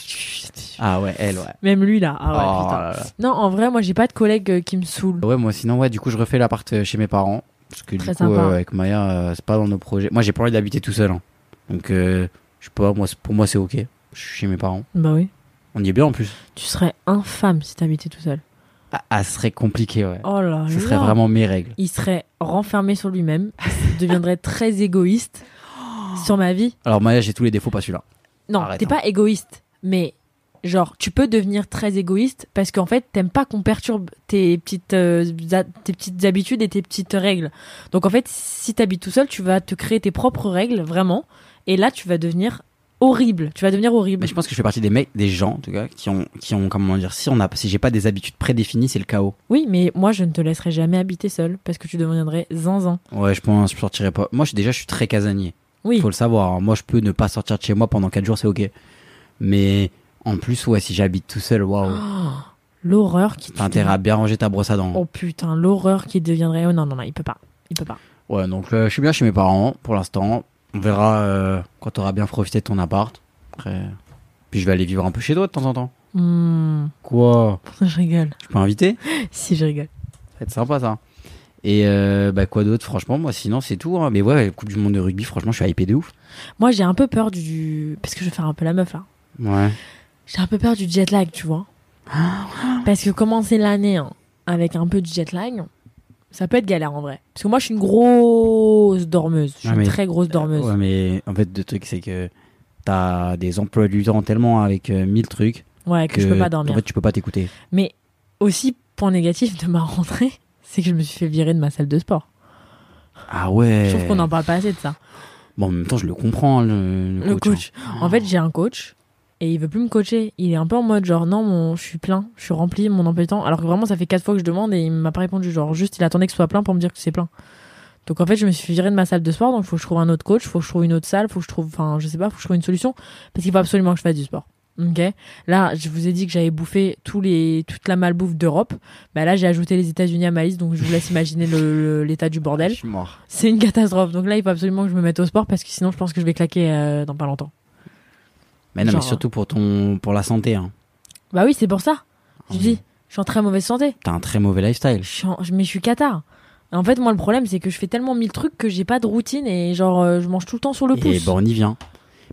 Speaker 1: Chut.
Speaker 2: Ah ouais, elle, ouais.
Speaker 1: Même lui, là. Ah ouais,
Speaker 2: Oh
Speaker 1: putain.
Speaker 2: là là.
Speaker 1: Non, en vrai, moi, j'ai pas de collègues euh, qui me saoulent.
Speaker 2: Bah Ouais, moi, sinon, ouais, du coup, je refais l'appart euh, chez mes parents. Parce que
Speaker 1: Très
Speaker 2: du coup,
Speaker 1: sympa.
Speaker 2: euh, avec Maya, euh, c'est pas dans nos projets. Moi, j'ai pas envie d'habiter tout seul. hein. Donc, euh, je sais pas, moi, c'est- pour moi, c'est ok. Je suis chez mes parents.
Speaker 1: Bah oui.
Speaker 2: On y est bien en plus.
Speaker 1: Tu serais infâme si t'habitais tout seul.
Speaker 2: Ah, ah, ce serait compliqué, ouais.
Speaker 1: Oh là là.
Speaker 2: Ce serait vraiment mes règles.
Speaker 1: il serait renfermé sur lui-même, il deviendrait très égoïste sur ma vie.
Speaker 2: Alors, Maya, j'ai tous les défauts, pas celui-là.
Speaker 1: Non,
Speaker 2: Oh. Arrête, hein.
Speaker 1: t'es pas égoïste, mais genre tu peux devenir très égoïste parce qu'en fait t'aimes pas qu'on perturbe tes petites euh, a- tes petites habitudes et tes petites règles. Donc en fait, si t'habites tout seul, tu vas te créer tes propres règles vraiment, et là tu vas devenir horrible. Tu vas devenir horrible.
Speaker 2: Mais je pense que je fais partie des mecs, des gens, en tout cas, qui ont, qui ont comment dire, si on a, si j'ai pas des habitudes prédéfinies, c'est le chaos.
Speaker 1: Oui, mais moi je ne te laisserai jamais habiter seul parce que tu deviendrais zinzin.
Speaker 2: Ouais, je pense, je sortirais pas. Moi, je, déjà, je suis très casanier.
Speaker 1: Oui.
Speaker 2: Faut le savoir. hein. Moi, je peux ne pas sortir de chez moi pendant 4 jours, c'est ok. Mais, en plus, ouais, si j'habite tout seul, waouh.
Speaker 1: Oh, L'horreur qui te
Speaker 2: T'as intérêt à bien ranger ta brosse à dents.
Speaker 1: Oh putain, l'horreur qui deviendrait. Oh non non non, il peut pas. Il peut pas.
Speaker 2: Ouais, donc euh, je suis bien chez mes parents pour l'instant. On verra euh, quand t'auras bien profité de ton appart. Après, puis je vais aller vivre un peu chez toi de temps en temps.
Speaker 1: Hmm,
Speaker 2: Quoi
Speaker 1: je rigole.
Speaker 2: Je peux inviter
Speaker 1: Si je rigole.
Speaker 2: Ça va être sympa ça. Et euh, bah quoi d'autre Franchement, moi sinon c'est tout. hein. Mais ouais, Coupe du Monde de rugby, franchement, je suis hypé de ouf.
Speaker 1: Moi, j'ai un peu peur du. Parce que je vais faire un peu la meuf là.
Speaker 2: Ouais.
Speaker 1: J'ai un peu peur du jet lag, tu vois. Parce que commencer l'année hein, avec un peu de jet lag, ça peut être galère en vrai. Parce que moi, je suis une grosse dormeuse. Je suis
Speaker 2: Ouais,
Speaker 1: une
Speaker 2: Ah, mais- euh,
Speaker 1: très grosse dormeuse.
Speaker 2: Ouais, mais en fait, le truc c'est que t'as des emplois du temps tellement avec euh, mille trucs
Speaker 1: ouais, que, je peux pas dormir.
Speaker 2: En fait, tu peux pas t'écouter.
Speaker 1: Mais aussi, point négatif de ma rentrée, c'est que je me suis fait virer de ma salle de sport.
Speaker 2: Ah ouais.
Speaker 1: Je trouve qu'on en parle pas assez de ça.
Speaker 2: Bon, en même temps, je le comprends, le, hein.
Speaker 1: Le coach. En fait, j'ai un coach et il veut plus me coacher. Il est un peu en mode genre non, mon, je suis plein, je suis rempli, mon emploi du temps. Alors que vraiment, ça fait quatre fois que je demande et il m'a pas répondu. Genre juste, il attendait que ce soit plein pour me dire que c'est plein. Donc en fait, je me suis virée de ma salle de sport. Donc il faut que je trouve un autre coach, faut que je trouve une autre salle, faut que je trouve, enfin, je sais pas, faut que je trouve une solution parce qu'il faut absolument que je fasse du sport. Ok. Là, je vous ai dit que j'avais bouffé tous les, toute la malbouffe d'Europe. Bah là, j'ai ajouté les États-Unis à ma liste, donc je vous laisse imaginer le- le- l'état du bordel.
Speaker 2: Je suis mort.
Speaker 1: C'est une catastrophe. Donc là, il faut absolument que je me mette au sport parce que sinon, je pense que je vais claquer euh, dans pas longtemps.
Speaker 2: Mais non,
Speaker 1: Genre,
Speaker 2: mais surtout pour ton, pour la santé. Hein.
Speaker 1: Bah oui, c'est pour ça.
Speaker 2: Ah
Speaker 1: Je dis, je suis en très mauvaise santé.
Speaker 2: T'as un très mauvais lifestyle.
Speaker 1: Je suis en- je- mais je suis catar. En fait, moi, le problème, c'est que je fais tellement mille trucs que j'ai pas de routine et genre, euh, je mange tout le temps sur le
Speaker 2: Et
Speaker 1: pouce.
Speaker 2: ben on y vient.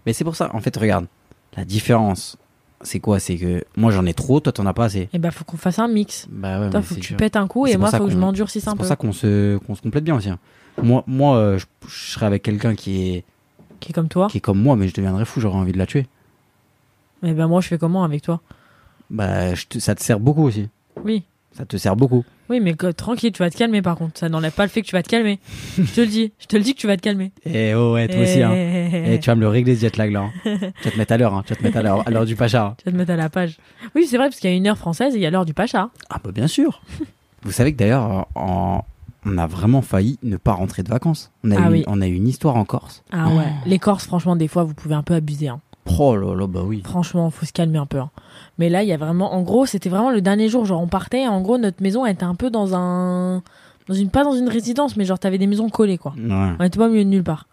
Speaker 2: Mais c'est pour ça, en fait, regarde, la différence, c'est quoi C'est que moi j'en ai trop, toi t'en as pas assez.
Speaker 1: Et bah, faut qu'on fasse un mix.
Speaker 2: Bah ouais,
Speaker 1: Toi,
Speaker 2: mais
Speaker 1: faut
Speaker 2: c'est
Speaker 1: que tu
Speaker 2: dur.
Speaker 1: pètes un coup
Speaker 2: C'est
Speaker 1: et
Speaker 2: pour
Speaker 1: moi,
Speaker 2: ça
Speaker 1: faut que je
Speaker 2: qu'on-
Speaker 1: m'endurcisse
Speaker 2: C'est
Speaker 1: un
Speaker 2: pour
Speaker 1: peu.
Speaker 2: ça qu'on se, qu'on se complète bien aussi. hein. Moi, moi euh, je, je serais avec quelqu'un qui est,
Speaker 1: Qui est comme toi.
Speaker 2: qui est comme moi, mais je deviendrais fou, j'aurais envie de la tuer.
Speaker 1: Mais ben, moi, je fais comment avec toi
Speaker 2: Bah, je te- ça te sert beaucoup aussi.
Speaker 1: Oui.
Speaker 2: Ça te sert beaucoup.
Speaker 1: Oui, mais que- tranquille, tu vas te calmer par contre. Ça n'enlève pas le fait que tu vas te calmer. je te le dis. Je te le dis que tu vas te calmer. Eh,
Speaker 2: Et oh ouais, toi aussi. Hein. Et tu vas me le régler ce jet lag là. hein. tu vas te mettre à l'heure, hein. tu vas te mettre à l'heure, à l'heure du pacha. hein.
Speaker 1: Tu vas te mettre à la page. Oui, c'est vrai, parce qu'il y a une heure française et il y a l'heure du Pacha.
Speaker 2: Ah bah bien sûr. Vous savez que d'ailleurs, euh, en- on a vraiment failli ne pas rentrer de vacances. On a,
Speaker 1: Ah
Speaker 2: eu,
Speaker 1: oui.
Speaker 2: on a eu une histoire en Corse.
Speaker 1: Ah ouais. Les Corses, franchement, des fois, vous pouvez un peu abuser. Hein.
Speaker 2: Oh là là, bah oui.
Speaker 1: Franchement, faut se calmer un peu. hein. Mais là, il y a vraiment. En gros, c'était vraiment le dernier jour. Genre, on partait. et En gros, notre maison elle était un peu dans un. Dans une... Pas dans une résidence, mais genre, t'avais des maisons collées, quoi.
Speaker 2: Ouais.
Speaker 1: On était pas au milieu de nulle part.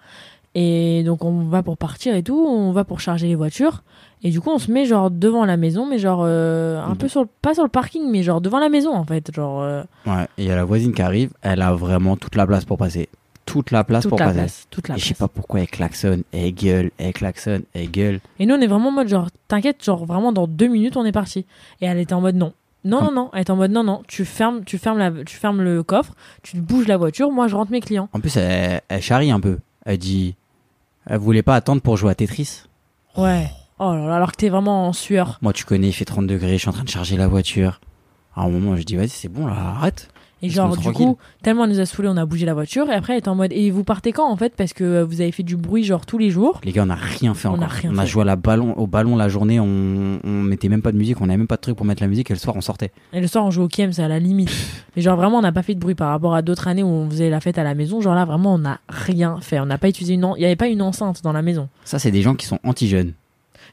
Speaker 1: Et donc on va pour partir et tout, on va pour charger les voitures. Et du coup on se met genre devant la maison, mais genre euh, un
Speaker 2: Mhm.
Speaker 1: peu sur le, pas sur le parking, mais genre devant la maison en fait, genre euh,
Speaker 2: Ouais. Et il y a la voisine qui arrive, elle a vraiment toute la place pour passer. Toute la place
Speaker 1: toute
Speaker 2: pour
Speaker 1: la
Speaker 2: passer.
Speaker 1: place, toute la
Speaker 2: Et je sais
Speaker 1: place.
Speaker 2: pas pourquoi elle klaxonne, elle gueule, elle klaxonne, elle gueule.
Speaker 1: Et nous on est vraiment en mode genre t'inquiète, genre vraiment dans deux minutes on est parti. Et elle était en mode non. Non, non, non, elle était en mode non, non, tu fermes, tu fermes, la, tu fermes le coffre, tu bouges la voiture, moi je rentre mes clients.
Speaker 2: En plus, elle, elle charrie un peu. Elle dit, elle voulait pas attendre pour jouer à Tetris.
Speaker 1: Ouais. Oh là là, alors que t'es vraiment en sueur.
Speaker 2: Moi, tu connais, il fait 30 degrés, je suis en train de charger la voiture. À un moment, je dis, vas-y, c'est bon, là, arrête.
Speaker 1: Et
Speaker 2: Laisse-moi
Speaker 1: genre, du
Speaker 2: tranquille.
Speaker 1: coup, tellement elle nous a saoulés, on a bougé la voiture. Et après, elle était en mode, et vous partez quand en fait Parce que euh, vous avez fait du bruit, genre tous les jours.
Speaker 2: Les gars, on n'a rien fait
Speaker 1: On
Speaker 2: encore.
Speaker 1: n'a rien
Speaker 2: on a
Speaker 1: fait.
Speaker 2: joué à la ballon, au ballon la journée, on, on mettait même pas de musique, on n'avait même pas de truc pour mettre la musique, et le soir, on sortait.
Speaker 1: Et le soir, on joue au Kiem, c'est à la limite. Mais genre, vraiment, on n'a pas fait de bruit par rapport à d'autres années où on faisait la fête à la maison. Genre là, vraiment, on n'a rien fait. On n'a pas utilisé une. en- Il n'y avait pas une enceinte dans la maison.
Speaker 2: Ça, c'est des gens qui sont anti-jeunes.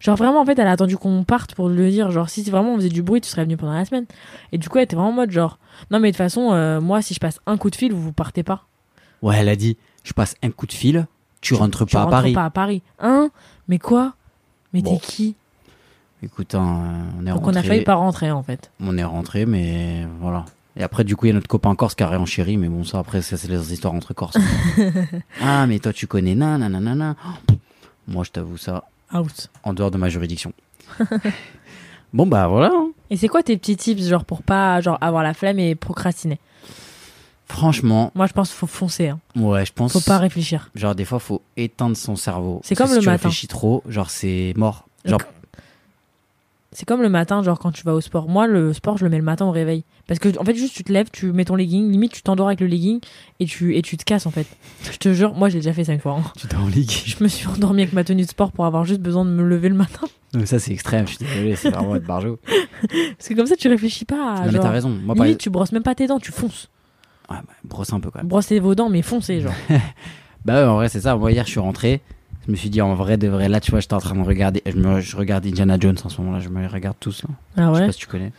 Speaker 1: Genre, vraiment, en fait, elle a attendu qu'on parte pour le dire. Genre, si vraiment on faisait du bruit, tu serais venu pendant la semaine. Et du coup, elle était vraiment en mode, genre, non, mais de toute façon, euh, moi, si je passe un coup de fil, vous vous partez pas.
Speaker 2: Ouais, elle a dit, je passe un coup de fil, tu rentres
Speaker 1: Tu
Speaker 2: pas à
Speaker 1: rentres
Speaker 2: Paris.
Speaker 1: pas à Paris. Hein Mais quoi Mais
Speaker 2: Bon.
Speaker 1: t'es qui
Speaker 2: Écoute, hein, on est
Speaker 1: Donc, on
Speaker 2: rentré.
Speaker 1: a failli pas rentrer, en fait.
Speaker 2: On est rentré, mais voilà. Et après, du coup, il y a notre copain corse qui a réenchéri, mais bon, ça, après, ça, c'est les histoires entre corse. ah, mais toi, tu connais, nanana. nanana. Oh, Moi, je t'avoue ça,
Speaker 1: Out.
Speaker 2: en dehors de ma juridiction. bon, bah voilà. hein.
Speaker 1: Et c'est quoi tes petits tips genre pour pas genre avoir la flemme et procrastiner
Speaker 2: Franchement,
Speaker 1: Moi je pense qu'il faut foncer, hein.
Speaker 2: ouais, je pense.
Speaker 1: faut pas réfléchir.
Speaker 2: Genre des fois faut éteindre son cerveau.
Speaker 1: C'est
Speaker 2: Parce
Speaker 1: comme
Speaker 2: que
Speaker 1: le
Speaker 2: si
Speaker 1: matin.
Speaker 2: Tu réfléchis trop, genre c'est mort. Genre
Speaker 1: C'est comme le matin genre quand tu vas au sport. Moi le sport je le mets le matin au réveil parce que en fait juste tu te lèves, tu mets ton legging, limite tu t'endors avec le legging et tu et tu te casses en fait. Je te jure, moi j'ai déjà fait cinq fois. hein.
Speaker 2: tu dors en ligue.
Speaker 1: Je me suis endormie avec ma tenue de sport pour avoir juste besoin de me lever le matin
Speaker 2: Donc ça c'est extrême. Je suis désolé, c'est vraiment être barjot.
Speaker 1: parce que comme ça tu réfléchis pas.
Speaker 2: non mais
Speaker 1: Ah, genre,
Speaker 2: t'as raison. Moi par
Speaker 1: Limite
Speaker 2: exemple,
Speaker 1: tu brosses même pas tes dents, tu fonces.
Speaker 2: ouais, bah, brosse un peu quand même.
Speaker 1: Brossez vos dents mais foncez genre.
Speaker 2: Bah ouais, en vrai c'est ça. Moi hier je suis rentré. Je me suis dit en vrai de vrai là tu vois j'étais en train de regarder. Je, me, je regarde Indiana Jones en ce moment là. Je me les regarde tous là.
Speaker 1: Ah
Speaker 2: Je sais
Speaker 1: ouais.
Speaker 2: pas si tu connais.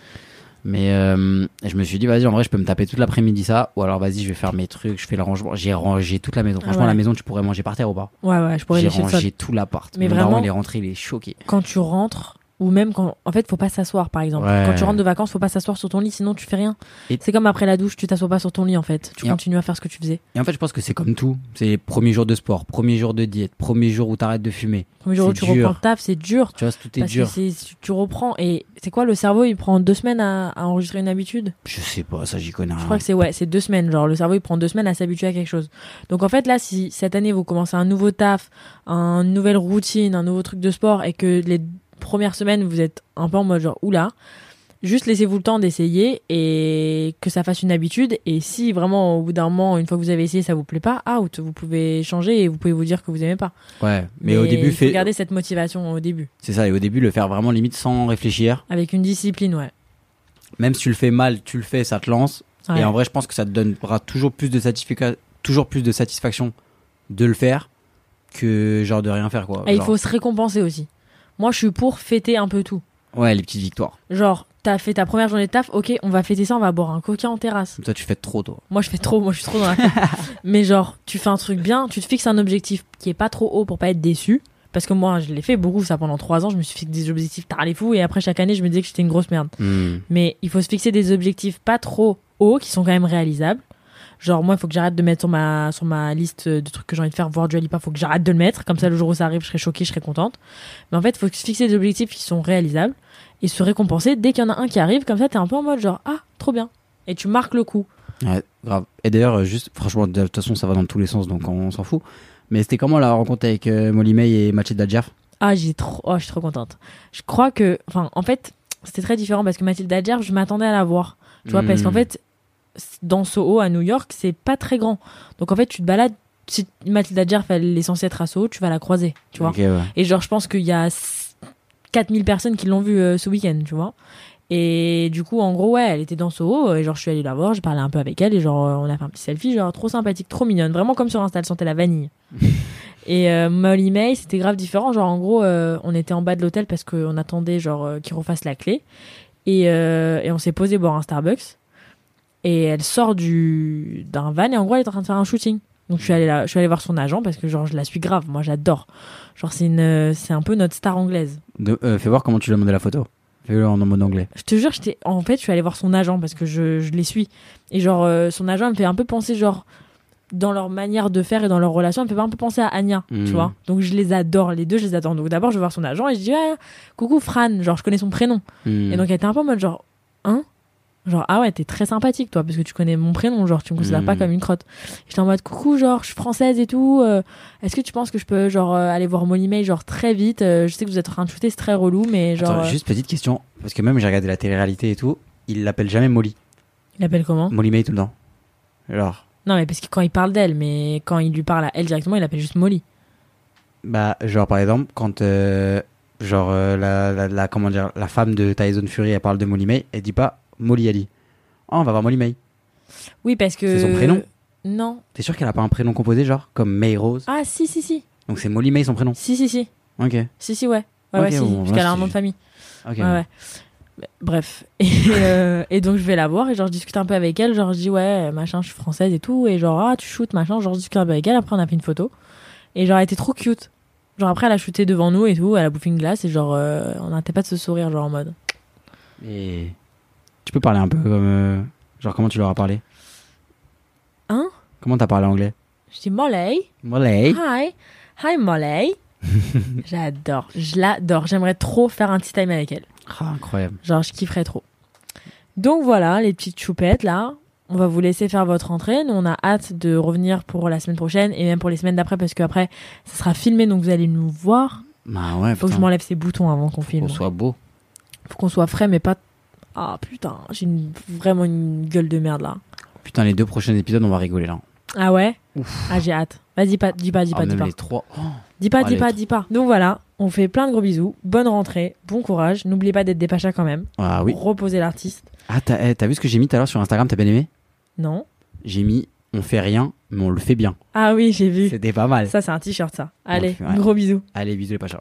Speaker 2: Mais euh, je me suis dit vas-y en vrai je peux me taper toute l'après-midi ça ou alors vas-y je vais faire mes trucs. Je fais le rangement. J'ai rangé toute la maison. Franchement
Speaker 1: Ah ouais.
Speaker 2: la maison tu pourrais manger par terre ou pas.
Speaker 1: Ouais ouais, je pourrais
Speaker 2: J'ai
Speaker 1: lécher le sol.
Speaker 2: rangé tout l'appart.
Speaker 1: Mais
Speaker 2: Mon daron,
Speaker 1: vraiment-
Speaker 2: il est rentré il est choqué.
Speaker 1: quand tu rentres ou même quand en fait faut pas s'asseoir par exemple
Speaker 2: Ouais.
Speaker 1: quand tu rentres de vacances faut pas s'asseoir sur ton lit sinon tu fais rien
Speaker 2: Et-
Speaker 1: c'est comme après la douche tu t'assois pas sur ton lit en fait tu
Speaker 2: Et en-
Speaker 1: continues à faire ce que tu faisais
Speaker 2: Et en fait, je pense que c'est comme tout. C'est les premiers jours de sport, premier jour de diète, premier jour où t'arrêtes de fumer.
Speaker 1: premier jour où
Speaker 2: C'est
Speaker 1: tu
Speaker 2: dur.
Speaker 1: reprends le taf c'est dur
Speaker 2: Tu vois, tout est
Speaker 1: parce
Speaker 2: dur.
Speaker 1: que c'est tu reprends et c'est quoi le cerveau il prend deux semaines à, à enregistrer une habitude
Speaker 2: Je sais pas, ça j'y connais
Speaker 1: je
Speaker 2: rien.
Speaker 1: crois que c'est ouais c'est deux semaines genre le cerveau il prend deux semaines à s'habituer à quelque chose donc en fait là si cette année vous commencez un nouveau taf une nouvelle routine un nouveau truc de sport et que les premières semaines vous êtes un peu en mode genre oula juste laissez-vous le temps d'essayer et que ça fasse une habitude. Et si vraiment au bout d'un moment, une fois que vous avez essayé, ça vous plaît pas, out, vous pouvez changer et vous pouvez vous dire que vous aimez pas.
Speaker 2: Ouais, mais, au début,
Speaker 1: faut
Speaker 2: fais...
Speaker 1: garder cette motivation au début
Speaker 2: c'est ça. Et au début, le faire vraiment limite sans réfléchir.
Speaker 1: avec une discipline, ouais.
Speaker 2: Même si tu le fais mal, tu le fais, ça te lance.
Speaker 1: Ouais.
Speaker 2: Et en vrai, je pense que ça te donnera toujours plus de satisfaction, toujours plus de satisfaction de le faire que genre de rien faire quoi.
Speaker 1: Et Ah, il
Speaker 2: Genre,
Speaker 1: faut se récompenser aussi. Moi, je suis pour fêter un peu tout.
Speaker 2: Ouais, les petites victoires.
Speaker 1: Genre, t'as fait ta première journée de taf, ok, on va fêter ça, on va boire un coca en terrasse.
Speaker 2: Toi, tu fais trop, toi.
Speaker 1: Moi, je fais trop, moi, je suis trop dans la fête. Mais genre, tu fais un truc bien, tu te fixes un objectif qui est pas trop haut pour pas être déçu. Parce que moi, je l'ai fait beaucoup, ça, pendant trois ans, je me suis fixé des objectifs tard les fous, et après, chaque année, je me disais que j'étais une grosse merde.
Speaker 2: Hmm.
Speaker 1: Mais il faut se fixer des objectifs pas trop hauts, qui sont quand même réalisables. Genre, moi, il faut que j'arrête de mettre sur ma, sur ma liste de trucs que j'ai envie de faire, voir du Alipa, faut que j'arrête de le mettre. Comme ça, le jour où ça arrive, je serai choquée, je serai contente. Mais en fait, il faut se fixer des objectifs qui sont réalisables et se récompenser dès qu'il y en a un qui arrive. Comme ça, t'es un peu en mode genre, ah, trop bien. Et tu marques le coup.
Speaker 2: Ouais, grave. Et d'ailleurs, euh, juste, franchement, de toute façon, ça va dans tous les sens, donc on s'en fout. Mais c'était comment la rencontre avec euh, Molly May et Mathilde Adjaf
Speaker 1: Ah, j'ai trop, oh, je suis trop contente. Je crois que, enfin, en fait, c'était très différent parce que Mathilde Adjer, je m'attendais à la voir. Tu vois, parce
Speaker 2: Hmm.
Speaker 1: qu'en fait, c- dans Soho, à New York, c'est pas très grand. Donc, en fait, tu te balades. Si Mathilde Adjer, elle est censée être à Soho, tu vas la croiser, tu vois.
Speaker 2: Ok, ouais.
Speaker 1: Et genre, je pense qu'il y a s- 4000 personnes qui l'ont vue euh, ce week-end, tu vois. Et du coup, en gros, ouais, elle était dans Soho, et genre, je suis allée la voir, j'ai parlé un peu avec elle, et genre, euh, on a fait un petit selfie, genre, trop sympathique, trop mignonne, vraiment comme sur Insta, elle sentait la vanille. et euh, Molly May, c'était grave différent, genre, en gros, euh, on était en bas de l'hôtel parce qu'on attendait, genre, euh, qu'ils refassent la clé, et, euh, et on s'est posé boire un Starbucks, et elle sort du d'un van, et en gros, elle est en train de faire un shooting. Donc, je suis allée, là, je suis allée voir son agent parce que, genre, je la suis grave, moi, j'adore. Genre, c'est une, euh, c'est un peu notre star anglaise.
Speaker 2: De- euh, fais voir comment tu lui as demandé la photo. Fais-le en mode anglais.
Speaker 1: Je te jure, j'étais, en fait, je suis allée voir son agent parce que je, je les suis. Et genre, euh, son agent, elle me fait un peu penser, genre, dans leur manière de faire et dans leur relation, elle me fait un peu penser à Anya,
Speaker 2: Mhm.
Speaker 1: tu vois. Donc, je les adore, les deux, je les adore. Donc, d'abord, je vais voir son agent et je dis, ah, coucou Fran, genre, je connais son prénom.
Speaker 2: Hmm.
Speaker 1: Et donc, elle était un peu en mode, genre, hein Genre, ah ouais, t'es très sympathique, toi, parce que tu connais mon prénom, genre, tu me considères
Speaker 2: Mhm.
Speaker 1: pas comme une crotte. J'étais en mode, coucou, genre, je suis française et tout. euh, Est-ce que tu penses que je peux, genre, euh, aller voir Molly May, genre, très vite euh, Je sais que vous êtes en train de shooter, c'est très relou, mais genre.
Speaker 2: Attends,
Speaker 1: euh,
Speaker 2: juste petite question, parce que même j'ai regardé la télé-réalité et tout, il l'appelle jamais Molly.
Speaker 1: Il l'appelle comment
Speaker 2: Molly May tout le temps. Alors,
Speaker 1: Non, mais parce que quand il parle d'elle, mais quand il lui parle à elle directement, il l'appelle juste Molly.
Speaker 2: bah, genre par exemple, quand euh, genre euh, la, la, la- comment dire, la femme de Tyson Fury, elle parle de Molly May, elle dit pas Molly Ali. Oh, on va voir Molly May.
Speaker 1: Oui, parce que.
Speaker 2: C'est son prénom
Speaker 1: Non.
Speaker 2: T'es sûr qu'elle a pas un prénom composé, genre comme May Rose
Speaker 1: Ah, si, si, si.
Speaker 2: Donc c'est Molly May son prénom.
Speaker 1: Si, si, si.
Speaker 2: Ok.
Speaker 1: Si, si, ouais. Ouais,
Speaker 2: Ok,
Speaker 1: ouais, si.
Speaker 2: bon,
Speaker 1: parce
Speaker 2: là,
Speaker 1: qu'elle a un
Speaker 2: c'est
Speaker 1: nom de
Speaker 2: juste-
Speaker 1: famille.
Speaker 2: Ok.
Speaker 1: Ouais, ouais. Mais Bref. Et, euh, et donc, je vais la voir et genre, je discute un peu avec elle. Genre, je dis, ouais, machin, je suis française et tout. Et genre, ah, tu shootes, machin. Genre, je discute un peu avec elle. Après, on a fait une photo. Et genre, elle était trop cute. Genre, après, elle a shooté devant nous et tout. Elle a bouffé une glace et genre, euh, on n'arrêtait pas de se sourire, genre en mode.
Speaker 2: Et tu peux parler un peu comme euh, genre comment tu leur as parlé
Speaker 1: Hein
Speaker 2: Comment t'as parlé anglais
Speaker 1: Je dis, Molly.
Speaker 2: Molly.
Speaker 1: Hi, hi Molly. J'adore, je l'adore. J'aimerais trop faire un petit time avec elle.
Speaker 2: Ah, incroyable.
Speaker 1: Genre, je kifferais trop. Donc voilà, les petites choupettes là. On va vous laisser faire votre entrée. Nous, on a hâte de revenir pour la semaine prochaine et même pour les semaines d'après parce qu'après, ça sera filmé donc vous allez nous voir.
Speaker 2: Bah ouais.
Speaker 1: Faut que je m'enlève ces boutons avant qu'on filme.
Speaker 2: On soit beau.
Speaker 1: Faut qu'on soit frais mais pas. Ah putain, j'ai une- vraiment une gueule de merde là.
Speaker 2: Putain, les deux prochains épisodes, on va rigoler là.
Speaker 1: Ah ouais Ah, j'ai hâte. Vas-y, pas, dis pas, dis
Speaker 2: Ah,
Speaker 1: pas, dis
Speaker 2: même
Speaker 1: pas.
Speaker 2: les trois. Oh.
Speaker 1: Dis pas,
Speaker 2: Allez.
Speaker 1: dis pas, dis pas. Donc voilà, on fait plein de gros bisous. Bonne rentrée, bon courage. N'oubliez pas d'être des pachas quand même.
Speaker 2: Ah oui.
Speaker 1: Reposez l'artiste.
Speaker 2: Ah, t'as eh, t'as vu ce que j'ai mis tout à l'heure sur Instagram T'as bien aimé
Speaker 1: Non
Speaker 2: J'ai mis on fait rien, mais on le fait bien.
Speaker 1: Ah oui, j'ai vu.
Speaker 2: C'était pas mal.
Speaker 1: Ça, c'est un t-shirt, ça. Allez,
Speaker 2: Ouais.
Speaker 1: gros bisous.
Speaker 2: Allez, bisous les pachas.